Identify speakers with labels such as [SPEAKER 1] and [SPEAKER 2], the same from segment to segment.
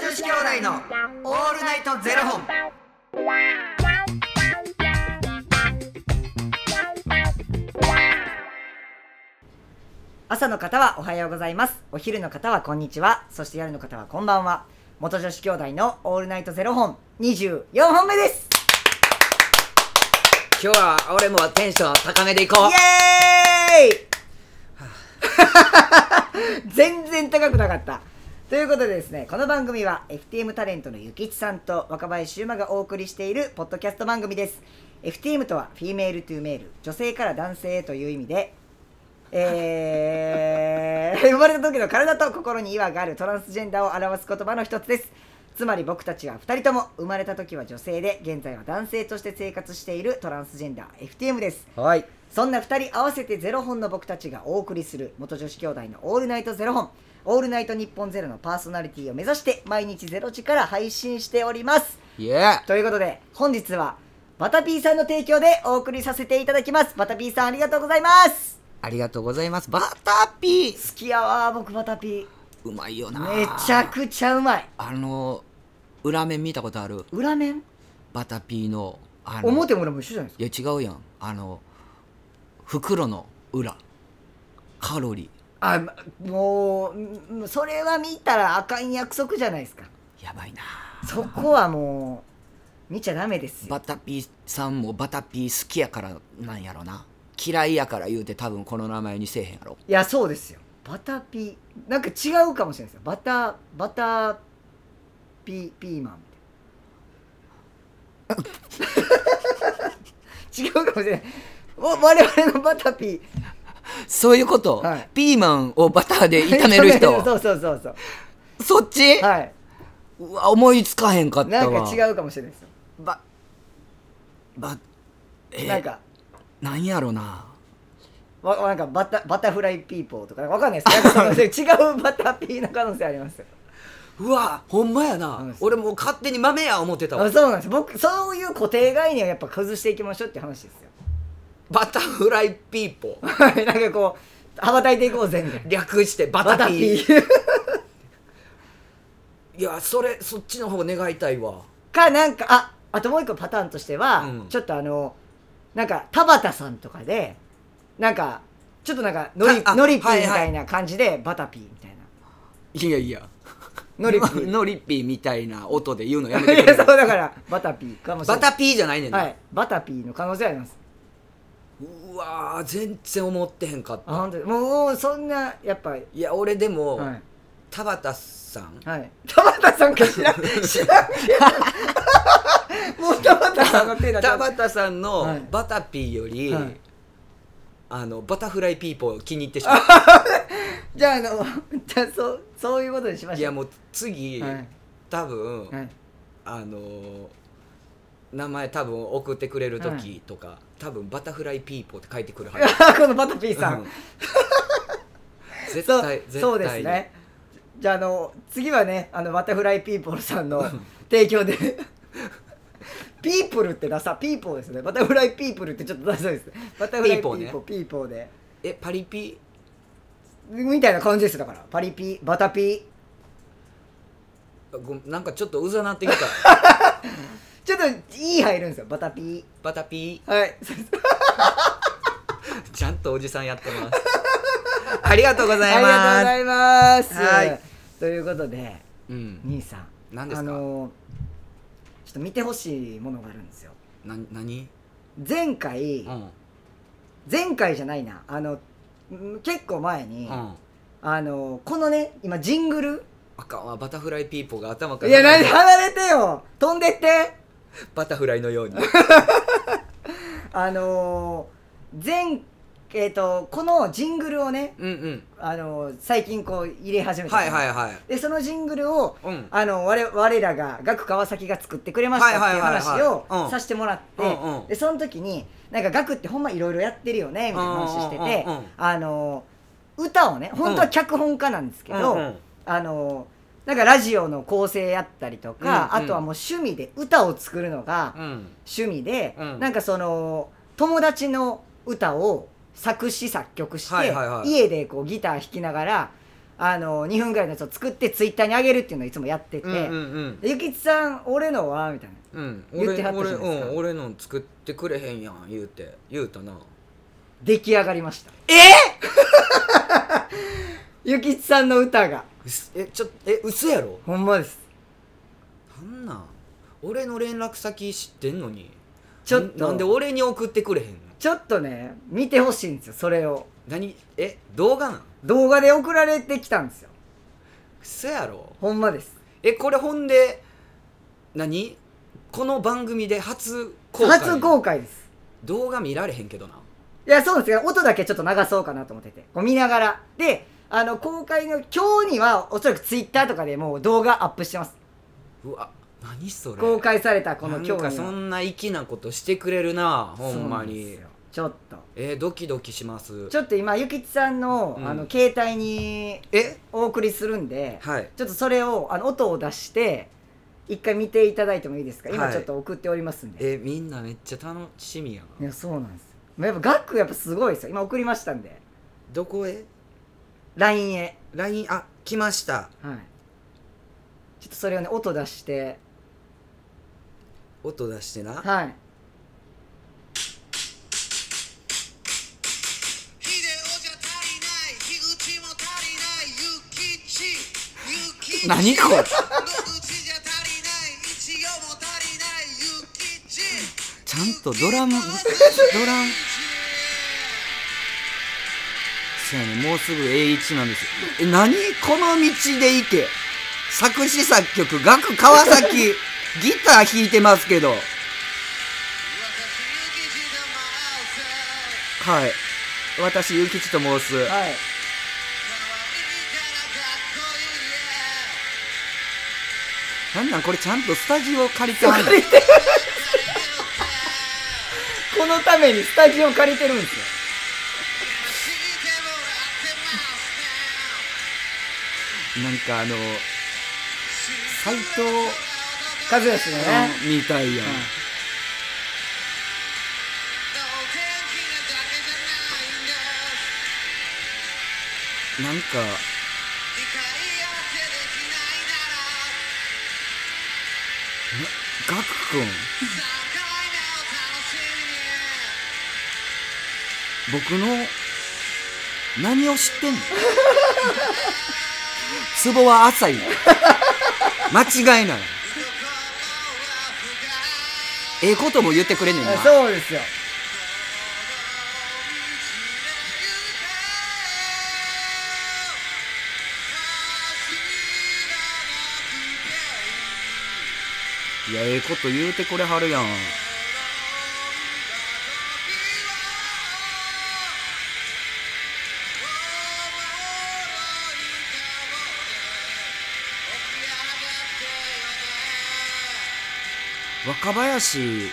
[SPEAKER 1] 子兄弟のオールナイトゼロ本。
[SPEAKER 2] 朝の方はおはようございますお昼の方はこんにちはそして夜の方はこんばんは元女子兄弟のオールナイトゼロ本24本目です
[SPEAKER 1] 今日は俺もテンション高めでいこう。
[SPEAKER 2] イエーイ 全然高くなかったということでですねこの番組は FTM タレントのゆきちさんと若林修馬がお送りしているポッドキャスト番組です FTM とはフィメールトゥーメール女性から男性へという意味でえー生まれた時の体と心に違和があるトランスジェンダーを表す言葉の一つですつまり僕たちは2人とも生まれた時は女性で現在は男性として生活しているトランスジェンダー FTM です
[SPEAKER 1] はい。
[SPEAKER 2] そんな2人合わせてゼロ本の僕たちがお送りする元女子兄弟の「オールナイトゼロ本」「オールナイトニッポンゼロのパーソナリティを目指して毎日ゼロ時から配信しております
[SPEAKER 1] イエー
[SPEAKER 2] ということで本日はバタピーさんの提供でお送りさせていただきますバタピーさんありがとうございます
[SPEAKER 1] ありがとうございます。バタピー
[SPEAKER 2] 好きやわ僕バタピ
[SPEAKER 1] うまいよな。
[SPEAKER 2] ーめちゃくちゃうまい
[SPEAKER 1] あの、裏面見たことある
[SPEAKER 2] 裏面
[SPEAKER 1] バタピーの。あの
[SPEAKER 2] 表も裏も一緒じゃないですか
[SPEAKER 1] いや違うやん。あの、袋の裏。カロリー。
[SPEAKER 2] あまもうんそれは見たらあかん約束じゃないですか
[SPEAKER 1] やばいな
[SPEAKER 2] そこはもう見ちゃダメですよ
[SPEAKER 1] バタピーさんもバタピー好きやからなんやろな嫌いやから言うて多分この名前にせえへんやろ
[SPEAKER 2] いやそうですよバタピーなんか違うかもしれないですよバタバタピピーマ ンみたいな違うかもしれないわ我々のバタピー
[SPEAKER 1] そういうこと、
[SPEAKER 2] はい
[SPEAKER 1] ピーマンをバターで炒め る
[SPEAKER 2] そ
[SPEAKER 1] 人
[SPEAKER 2] うそうそうそう
[SPEAKER 1] そっち、
[SPEAKER 2] はいう
[SPEAKER 1] わ思いつかへんかった
[SPEAKER 2] なん
[SPEAKER 1] わ
[SPEAKER 2] か違うかもしれないですよ
[SPEAKER 1] ババえ
[SPEAKER 2] なん
[SPEAKER 1] な
[SPEAKER 2] か
[SPEAKER 1] んやろな
[SPEAKER 2] わなんかバタバタフライピーポーとかわかん ないですなんかその違うバタピーの可能性ありますよ
[SPEAKER 1] うわほんまやな、
[SPEAKER 2] うん
[SPEAKER 1] 俺もう勝手に豆や思ってた
[SPEAKER 2] あ
[SPEAKER 1] わ
[SPEAKER 2] そうなんです僕そういう固定概念をやっぱ崩していきましょうって話ですよ
[SPEAKER 1] バタフライピーポー
[SPEAKER 2] なんかこう羽ばたいていこうぜみたいな
[SPEAKER 1] 略してバ
[SPEAKER 2] バ
[SPEAKER 1] タ
[SPEAKER 2] タ
[SPEAKER 1] ピー
[SPEAKER 2] ピー
[SPEAKER 1] いやそれそっちの方願いたいわ
[SPEAKER 2] かなんかああともう一個パターンとしては、
[SPEAKER 1] うん
[SPEAKER 2] ちょっとあのなんか田畑さんとかでなんかちょっとなんかのり
[SPEAKER 1] ああ
[SPEAKER 2] のりピーみ
[SPEAKER 1] はいはい
[SPEAKER 2] たいな感じでバタピーみたい
[SPEAKER 1] いやいや
[SPEAKER 2] なのりピー
[SPEAKER 1] ノリピーみたいな音で言うのやめて
[SPEAKER 2] い
[SPEAKER 1] くれ
[SPEAKER 2] やそうだからバタピーかもしれ
[SPEAKER 1] バ
[SPEAKER 2] ない
[SPEAKER 1] タピーじゃないねんな、
[SPEAKER 2] はい、バタピーの可能性あります
[SPEAKER 1] うわー全然思ってへんかっ
[SPEAKER 2] あ
[SPEAKER 1] た
[SPEAKER 2] 本当にもうそんなやっぱり
[SPEAKER 1] いや俺でも、
[SPEAKER 2] はい
[SPEAKER 1] 田畑さん
[SPEAKER 2] はい田畑さんか 知らん知らんけどもう田畑さんの手だ
[SPEAKER 1] 田畑さん
[SPEAKER 2] は
[SPEAKER 1] の
[SPEAKER 2] い
[SPEAKER 1] バタピーより、
[SPEAKER 2] はい
[SPEAKER 1] あのバタフライピーポー気に入ってしまっ
[SPEAKER 2] じゃああのじゃあそうそういうことにしま
[SPEAKER 1] たい
[SPEAKER 2] しょ
[SPEAKER 1] や
[SPEAKER 2] う
[SPEAKER 1] もう次、
[SPEAKER 2] はい
[SPEAKER 1] 多分、
[SPEAKER 2] はい
[SPEAKER 1] あのー名前多分送ってくれる時とか、多分バタフライピーポーって書いてくるは ず
[SPEAKER 2] このバタピーさん、
[SPEAKER 1] うん絶
[SPEAKER 2] そう
[SPEAKER 1] 対絶対
[SPEAKER 2] そうですねじゃああの次はねあのバタフライピーポルさんの提供で ピープルってダサピーポーですねバタフライピープルってちょっとダサいですねバタフライピーポー
[SPEAKER 1] ピーポ
[SPEAKER 2] ピーポーで
[SPEAKER 1] えパリピ
[SPEAKER 2] みたいな感じですよだからパリピバタピー
[SPEAKER 1] ごめんなんかちょっとうざなってきた
[SPEAKER 2] ちょっといい入るんですよバタピ
[SPEAKER 1] バタピ
[SPEAKER 2] ーはい
[SPEAKER 1] ーちゃんとおじさんやって ますありがとうござ
[SPEAKER 2] あ
[SPEAKER 1] い
[SPEAKER 2] りがとうご
[SPEAKER 1] ま
[SPEAKER 2] ざいます
[SPEAKER 1] はい
[SPEAKER 2] ということで
[SPEAKER 1] すうん
[SPEAKER 2] 兄さん
[SPEAKER 1] 何ですか
[SPEAKER 2] あのちょっと見てほしいものがあるんですよ
[SPEAKER 1] な何
[SPEAKER 2] 前回、
[SPEAKER 1] うん
[SPEAKER 2] 前回じゃないなあのん結構前に、
[SPEAKER 1] うん
[SPEAKER 2] あのこのね今ジングル
[SPEAKER 1] あかんわバタフライピーポーが頭から
[SPEAKER 2] いや何 離れてよ飛んでって
[SPEAKER 1] バタフライの ように
[SPEAKER 2] あのー前えっ、とこのジングルをね
[SPEAKER 1] うんうん
[SPEAKER 2] あのー最近こう入れ始めた
[SPEAKER 1] はいはいはい
[SPEAKER 2] でそのジングルを
[SPEAKER 1] うん
[SPEAKER 2] あの我我らがガク川崎が作ってくれましたっていう
[SPEAKER 1] はいはいはい
[SPEAKER 2] 話
[SPEAKER 1] はいうん
[SPEAKER 2] をさせてもらって
[SPEAKER 1] うんうん
[SPEAKER 2] でその時になんかガクってほんまいろいろやってるよねみたいな話してて
[SPEAKER 1] うんうんうんうん
[SPEAKER 2] あの歌をね本当は脚本家なんですけど、
[SPEAKER 1] うんうん
[SPEAKER 2] あのなんかラジオの構成やったりとか、
[SPEAKER 1] うんうん
[SPEAKER 2] あとはもう趣味で歌を作るのが
[SPEAKER 1] うん
[SPEAKER 2] 趣味で、
[SPEAKER 1] うん
[SPEAKER 2] なんかその友達の歌を作詞作曲して、
[SPEAKER 1] はいはいはい
[SPEAKER 2] 家でこうギター弾きながらあの2分ぐらいのやつを作ってツイッターに上げるっていうのをいつもやってて
[SPEAKER 1] うんうん
[SPEAKER 2] 「でゆきちさん俺のは?」みたいな
[SPEAKER 1] うんうん
[SPEAKER 2] 言ってはったじ
[SPEAKER 1] 俺
[SPEAKER 2] ゃないですか
[SPEAKER 1] 俺,、うん、俺の作ってくれへんやん言うて言うたな
[SPEAKER 2] 出来上がりましたえ ゆきちさんの歌が
[SPEAKER 1] うすえちょえ嘘やろ
[SPEAKER 2] ほんまです
[SPEAKER 1] なんなん俺の連絡先知ってんのに
[SPEAKER 2] ちょっと
[SPEAKER 1] ななんで俺に送ってくれへんの
[SPEAKER 2] ちょっとね見てほしいんですよそれを
[SPEAKER 1] 何え動画なん
[SPEAKER 2] 動画で送られてきたんですよ
[SPEAKER 1] 嘘やろ
[SPEAKER 2] ほんまです
[SPEAKER 1] えこれほんで何この番組で初公開
[SPEAKER 2] 初公開です
[SPEAKER 1] 動画見られへんけどない
[SPEAKER 2] やそうなんですよ音だけちょっと流そうかなと思っててこう見ながらであの公開の今日にはおそらくツイッターとかでもう動画アップしてます
[SPEAKER 1] うわ何それ
[SPEAKER 2] 公開されたこの
[SPEAKER 1] なん
[SPEAKER 2] 今日には
[SPEAKER 1] かそんな粋なことしてくれるなほんま
[SPEAKER 2] そうなんで
[SPEAKER 1] に
[SPEAKER 2] すよちょっと
[SPEAKER 1] えードキドキします
[SPEAKER 2] ちょっと今ゆきちさんの,、
[SPEAKER 1] うん
[SPEAKER 2] あの携帯に
[SPEAKER 1] え
[SPEAKER 2] お送りするんで、
[SPEAKER 1] はい
[SPEAKER 2] ちょっとそれをあの音を出して一回見ていただいてもいいですか今
[SPEAKER 1] はい
[SPEAKER 2] ちょっと送っておりますんで、
[SPEAKER 1] えみんなめっちゃ楽しみや
[SPEAKER 2] い、
[SPEAKER 1] な
[SPEAKER 2] やそうなんですよまあやっぱ学やっぱすごいですよ今送りましたんで
[SPEAKER 1] どこへ
[SPEAKER 2] LINE へ
[SPEAKER 1] LINE あ来ました
[SPEAKER 2] はいちょっとそれをね音出して
[SPEAKER 1] 音出してな
[SPEAKER 2] はい
[SPEAKER 3] ヒデオじゃ足りない樋口も足りないゆきちゆきち
[SPEAKER 1] 何これ
[SPEAKER 3] 野口じゃ足りない一応も足りないゆきち
[SPEAKER 1] ちゃんとドラムドラムそうやねもうすぐ A1 なんですよえ何この道で行け作詞作曲楽川崎ギター弾いてますけど
[SPEAKER 3] 私ゆきちのマ
[SPEAKER 1] はい私ゆきちと申
[SPEAKER 3] ウス
[SPEAKER 1] す
[SPEAKER 2] はい
[SPEAKER 3] 可
[SPEAKER 1] なんなんこれちゃんとスタジオ借りてはんの
[SPEAKER 2] このためにスタジオ借りてるんですよ
[SPEAKER 1] なんかあの斎藤
[SPEAKER 2] 和義のね、
[SPEAKER 1] さんみたいやん、なんかガク君僕の何を知ってん のツボは浅い間違いないええことも言ってくれんねんな
[SPEAKER 2] そうですよ
[SPEAKER 1] いやええこと言うてくれはるやん若林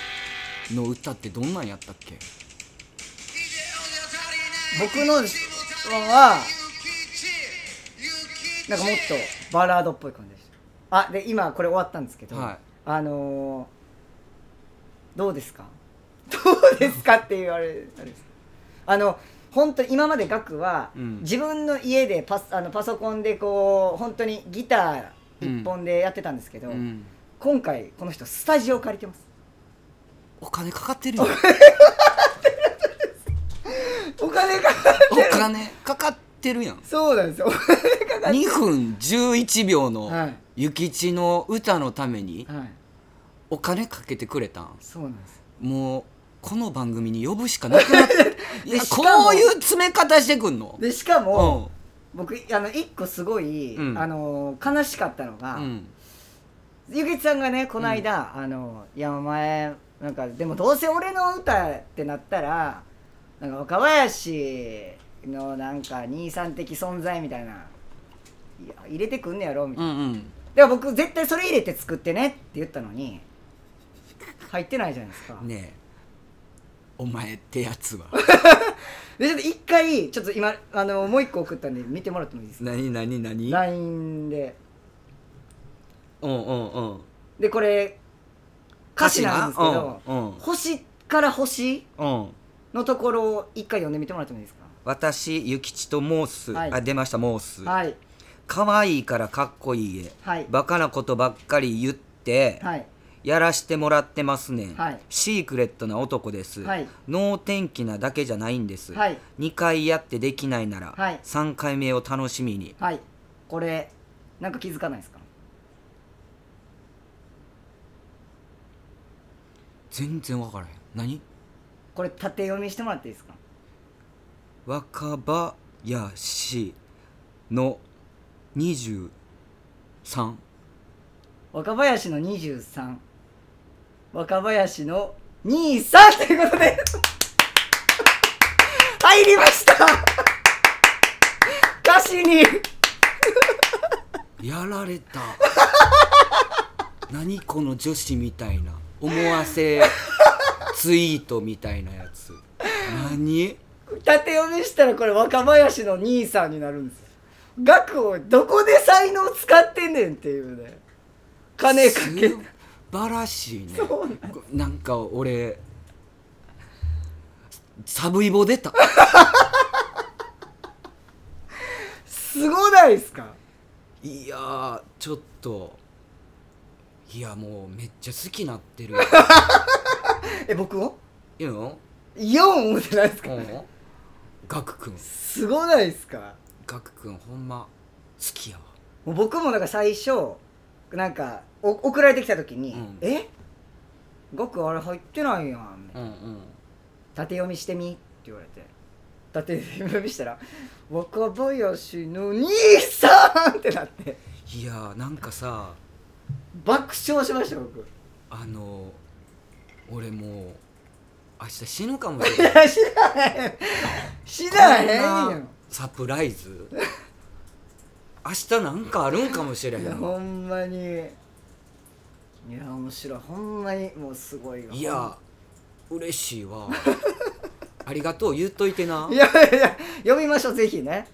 [SPEAKER 1] の歌ってどんなんやったっけ
[SPEAKER 2] 僕のはなんかもっとバラードっぽい感じでしたあで今これ終わったんですけど、
[SPEAKER 1] はい
[SPEAKER 2] あのーどうですか どうですかって言われるあれですあの本当に今までガクは、
[SPEAKER 1] うん
[SPEAKER 2] 自分の家でパスあのパソコンでこう本当にギター一本でやってたんですけど、
[SPEAKER 1] うん
[SPEAKER 2] 今回この人スタジオ借りてます
[SPEAKER 1] お金かかって るよ
[SPEAKER 2] お金か
[SPEAKER 1] お金かかってるやん
[SPEAKER 2] そうなんですよお金か かっ
[SPEAKER 1] 2分11秒の
[SPEAKER 2] はい
[SPEAKER 1] 諭吉の歌のために
[SPEAKER 2] はい
[SPEAKER 1] お金かけてくれたん
[SPEAKER 2] そうなんです
[SPEAKER 1] もうこの番組に呼ぶしかなく なっていや
[SPEAKER 2] しかも
[SPEAKER 1] こういう詰め方してくんの
[SPEAKER 2] でしかも、
[SPEAKER 1] う
[SPEAKER 2] 僕あの一個すごい、
[SPEAKER 1] うん
[SPEAKER 2] あのー悲しかったのが、
[SPEAKER 1] んうん
[SPEAKER 2] ゆきちさんがねこの間、あのいやお前なんかでもどうせ俺の歌ってなったらなんか若林のなんか兄さん的存在みたいないや入れてくんねやろみた
[SPEAKER 1] う
[SPEAKER 2] いな、
[SPEAKER 1] んうん
[SPEAKER 2] でも僕絶対それ入れて作ってねって言ったのに入ってないじゃないですか、
[SPEAKER 1] ねえお前ってや つは
[SPEAKER 2] でちょっと一回ちょっと今あのもう一個送ったんで見てもらってもいいですか
[SPEAKER 1] 何何何
[SPEAKER 2] LINE で
[SPEAKER 1] うんうんうん
[SPEAKER 2] でこれ歌詞なんですけど
[SPEAKER 1] 歌詞なうんうん
[SPEAKER 2] 「星から星」
[SPEAKER 1] うん
[SPEAKER 2] のところを一回読んでみてもらってもいいですか
[SPEAKER 1] 私諭吉と申す、
[SPEAKER 2] はい
[SPEAKER 1] あ出ました申す、
[SPEAKER 2] はい。
[SPEAKER 1] 可愛いからかっこいいへ、
[SPEAKER 2] はい
[SPEAKER 1] バカなことばっかり言って、
[SPEAKER 2] はい
[SPEAKER 1] やらしてもらってますね、
[SPEAKER 2] はい
[SPEAKER 1] シークレットな男です、
[SPEAKER 2] はい
[SPEAKER 1] 能天気なだけじゃないんです、
[SPEAKER 2] はい
[SPEAKER 1] 2回やってできないなら、
[SPEAKER 2] はい
[SPEAKER 1] 3回目を楽しみに
[SPEAKER 2] はいこれなんか気づかないですか
[SPEAKER 1] 全然分からへん何
[SPEAKER 2] これ縦読みしてもらっていいですか
[SPEAKER 1] 若林の23
[SPEAKER 2] 若林の23若林の23という ことで入りました歌詞に
[SPEAKER 1] やられた 何この女子みたいな思わせツイートみたいなやつ何
[SPEAKER 2] 縦読みしたらこれ若林の23になるんですよ額をどこで才能使ってんねんっていうね金かけ
[SPEAKER 1] 素晴らしいね
[SPEAKER 2] そうなん
[SPEAKER 1] なんか俺サブイボ出た
[SPEAKER 2] すごないですか
[SPEAKER 1] いやーちょっといやもうめっちゃ好きなってる
[SPEAKER 2] え僕を
[SPEAKER 1] いいの
[SPEAKER 2] 4思ってないですか、
[SPEAKER 1] うんガク君
[SPEAKER 2] すごないですか
[SPEAKER 1] ガク君ほんま好きやわ
[SPEAKER 2] もう僕もなんか最初なんかお送られてきた時に「
[SPEAKER 1] うん
[SPEAKER 2] え額あれ入ってないやん」
[SPEAKER 1] うんうん
[SPEAKER 2] 縦読みしてみ」って言われて縦読みしたら「若林の兄さん!」ってなって
[SPEAKER 1] いやーなんかさ
[SPEAKER 2] 爆笑しました僕
[SPEAKER 1] あの俺もう明日死ぬかもしれない
[SPEAKER 2] しないしないへん
[SPEAKER 1] こん
[SPEAKER 2] や
[SPEAKER 1] なサプライズ明日なんかあるんかもしれへ
[SPEAKER 2] ん
[SPEAKER 1] ん
[SPEAKER 2] いやほんまにいや面白いほんまにもうすごいわ
[SPEAKER 1] いや嬉しいわありがとう言っといてない
[SPEAKER 2] やいやいや呼びましょうぜひね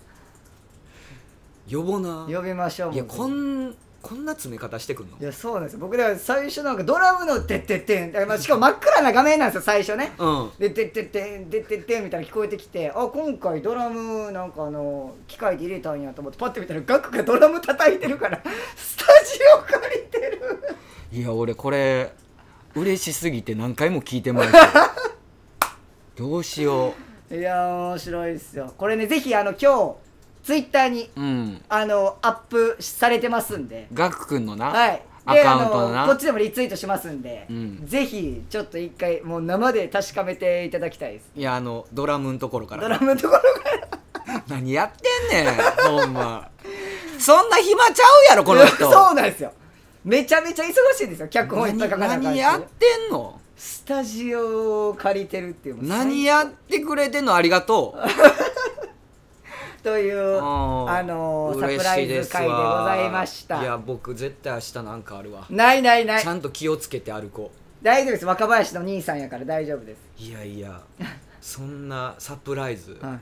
[SPEAKER 1] 呼ぼな
[SPEAKER 2] 呼びましょう
[SPEAKER 1] いや
[SPEAKER 2] もう
[SPEAKER 1] こんこんな詰め方してくんの
[SPEAKER 2] いやそうなんですよ僕だから最初なんかドラムの「てってってん」だからまあしかも真っ暗な画面なんですよ最初ね
[SPEAKER 1] うん
[SPEAKER 2] で「てってってん」「てってってん」みたいな聞こえてきてあ今回ドラムなんかあの機械で入れたんやと思ってパッて見たらガクがドラム叩いてるからスタジオ借りてる
[SPEAKER 1] いや俺これ嬉しすぎて何回も聞いてもら った。どうしよ
[SPEAKER 2] いやー面白いですよこれねぜひあの今日ツイッターに
[SPEAKER 1] ううん
[SPEAKER 2] あのアップされてますんで
[SPEAKER 1] ガク君のな、
[SPEAKER 2] はい
[SPEAKER 1] ア
[SPEAKER 2] で
[SPEAKER 1] カウントのな
[SPEAKER 2] あのこっちでもリツイートしますんで、
[SPEAKER 1] うん
[SPEAKER 2] ぜひちょっと一回もう生で確かめていただきたいです
[SPEAKER 1] いやあのドラムのところか
[SPEAKER 2] ド
[SPEAKER 1] ら
[SPEAKER 2] ラムのところから
[SPEAKER 1] 何やってんねんほんまそんな暇ちゃうやろこの 人
[SPEAKER 2] そうなんですよめちゃめちゃ忙しいんですよ脚本いっぱい書
[SPEAKER 1] 何
[SPEAKER 2] かなあかんし
[SPEAKER 1] 何やってんの
[SPEAKER 2] スタジオを借りてるっていうもう最
[SPEAKER 1] 何やってくれてんのありがとう
[SPEAKER 2] という
[SPEAKER 1] うん
[SPEAKER 2] あのーサプ
[SPEAKER 1] 嬉
[SPEAKER 2] ラ
[SPEAKER 1] しい
[SPEAKER 2] イズ
[SPEAKER 1] すわ
[SPEAKER 2] 会でございまし
[SPEAKER 1] いや
[SPEAKER 2] た
[SPEAKER 1] 僕絶対明日なんかあるわ
[SPEAKER 2] ないないない
[SPEAKER 1] ちゃんと気をつけて歩こ
[SPEAKER 2] 大丈夫です若林の兄さんやから大丈夫です、
[SPEAKER 1] ういや いやそんなサプライズ、な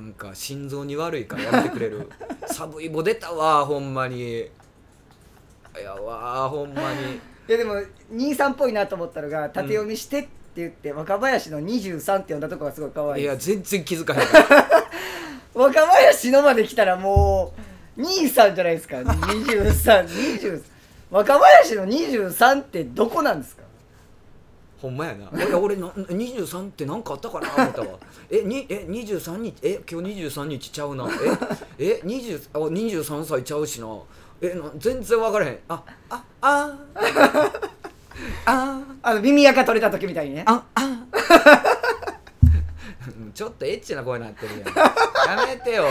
[SPEAKER 1] んか心臓に悪いからやめてく れる寒いぼ出たわほんまにいやわほんまに
[SPEAKER 2] いやでも兄さんっぽいなと思ったのが縦読みしてって言って、若林の23って呼んだとこがすごい可愛い
[SPEAKER 1] い
[SPEAKER 2] です
[SPEAKER 1] や全然気づかへんかった
[SPEAKER 2] 若林のまで来たらもう兄さんじゃないですか2320若林の23ってどこなんですか
[SPEAKER 1] ほんまやないや俺な23って何かあったかな思ったわえにえ23日え今日23日ちゃうなええ20あ23歳ちゃうしなえな全然分からへんあああーあー
[SPEAKER 2] あの耳垢取れた時みたいにね
[SPEAKER 1] ああ ちょっとエッチな声なってるやんやめてよ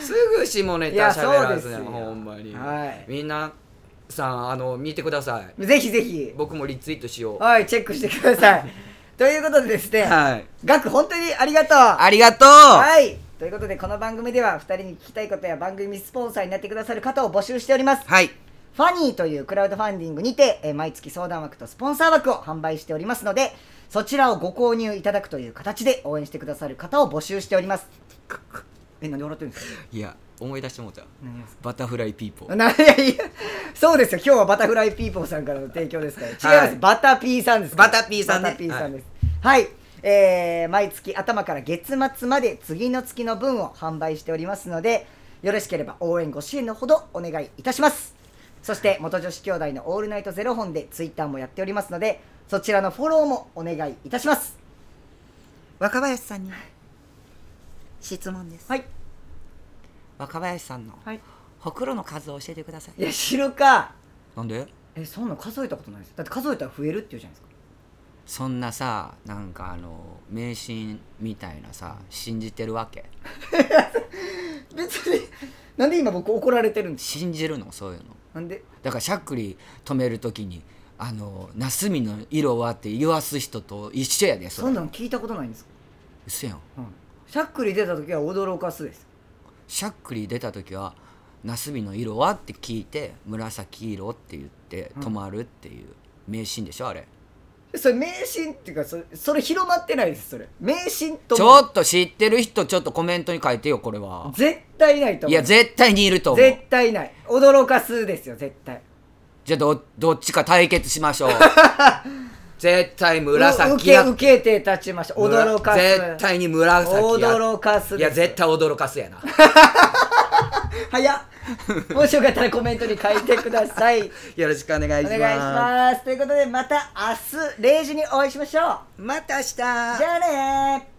[SPEAKER 1] すぐ下ネ
[SPEAKER 2] い
[SPEAKER 1] タ
[SPEAKER 2] や
[SPEAKER 1] しゃべらず
[SPEAKER 2] そうで
[SPEAKER 1] や
[SPEAKER 2] す
[SPEAKER 1] ん
[SPEAKER 2] よ
[SPEAKER 1] ほんまに、
[SPEAKER 2] はい
[SPEAKER 1] みんなさんあの見てください
[SPEAKER 2] ぜひぜひ
[SPEAKER 1] 僕もリツイートしよう
[SPEAKER 2] はいチェックしてくだ さいということでですね、
[SPEAKER 1] はい
[SPEAKER 2] ガク本当にありがとうは
[SPEAKER 1] ありがとう、
[SPEAKER 2] いということでこの番組では2人に聞きたいことや番組スポンサーになってくださる方を募集しております
[SPEAKER 1] はい
[SPEAKER 2] ファニーというクラウドファンディングにて、えー毎月相談枠とスポンサー枠を販売しておりますので、そちらをご購入いただくという形で応援してくださる方を募集しております。え、何で笑ってるんですか
[SPEAKER 1] いや思い出してもうた
[SPEAKER 2] 何です
[SPEAKER 1] バタフライピーポー
[SPEAKER 2] ないやいや、そうですよ。今日はバタフライピーポーさんからの提供ですから。違います。
[SPEAKER 1] はい
[SPEAKER 2] バタピーさんですから。
[SPEAKER 1] バタピーさんね
[SPEAKER 2] バタピーさんです。はい。えー毎月頭から月末まで次の月の分を販売しておりますので、よろしければ応援ご支援のほどお願いいたしますそして元女子兄弟の「オールナイトゼロ本」でツイッターもやっておりますのでそちらのフォローもお願いいたします
[SPEAKER 1] 若林さんに質問です、
[SPEAKER 2] はい
[SPEAKER 1] 若林さんの
[SPEAKER 2] はい
[SPEAKER 1] ほくろの数を教えてください
[SPEAKER 2] いや知るか
[SPEAKER 1] なんで
[SPEAKER 2] えそんなの数えたことないですだって数えたら増えるっていうじゃないですか
[SPEAKER 1] そんなさなんかあの迷信みたいなさ信じてるわけ
[SPEAKER 2] 別に なんで今僕怒られてるんです
[SPEAKER 1] 信じるのそういうの
[SPEAKER 2] なんで
[SPEAKER 1] だからしゃっくり止めるときにあの「なすみの色は?」って言わす人と一緒やでそ
[SPEAKER 2] そ
[SPEAKER 1] れ
[SPEAKER 2] んなん聞いたことないんですか、
[SPEAKER 1] 嘘やん
[SPEAKER 2] うん、しゃっくり出た時は驚かすです
[SPEAKER 1] しゃっくり出た時は「なすびの色は?」って聞いて「紫色」って言って止まるっていう迷信でしょあれ
[SPEAKER 2] それ迷信っていうかそれそれ広まってないですそれ迷信と
[SPEAKER 1] ちょっと知ってる人ちょっとコメントに書いてよこれは
[SPEAKER 2] 絶対ないと
[SPEAKER 1] い
[SPEAKER 2] 思う
[SPEAKER 1] や絶対にいると思う
[SPEAKER 2] 絶対ない驚かすですよ絶対
[SPEAKER 1] じゃあどどっちか対決し ましょう
[SPEAKER 4] 絶対
[SPEAKER 2] う受
[SPEAKER 4] 紫
[SPEAKER 2] け
[SPEAKER 4] や
[SPEAKER 2] 受けて立ちました
[SPEAKER 4] むら
[SPEAKER 2] 驚かす
[SPEAKER 4] 絶対に紫や
[SPEAKER 2] 驚かすです
[SPEAKER 4] いや絶対驚かす やな
[SPEAKER 2] 早っもしよかったらコメントに書いてください
[SPEAKER 4] よろしくお願
[SPEAKER 2] お
[SPEAKER 4] いします
[SPEAKER 2] 願いしますということでまた明日0時にお会いしましょう
[SPEAKER 1] また明日
[SPEAKER 2] じゃあねー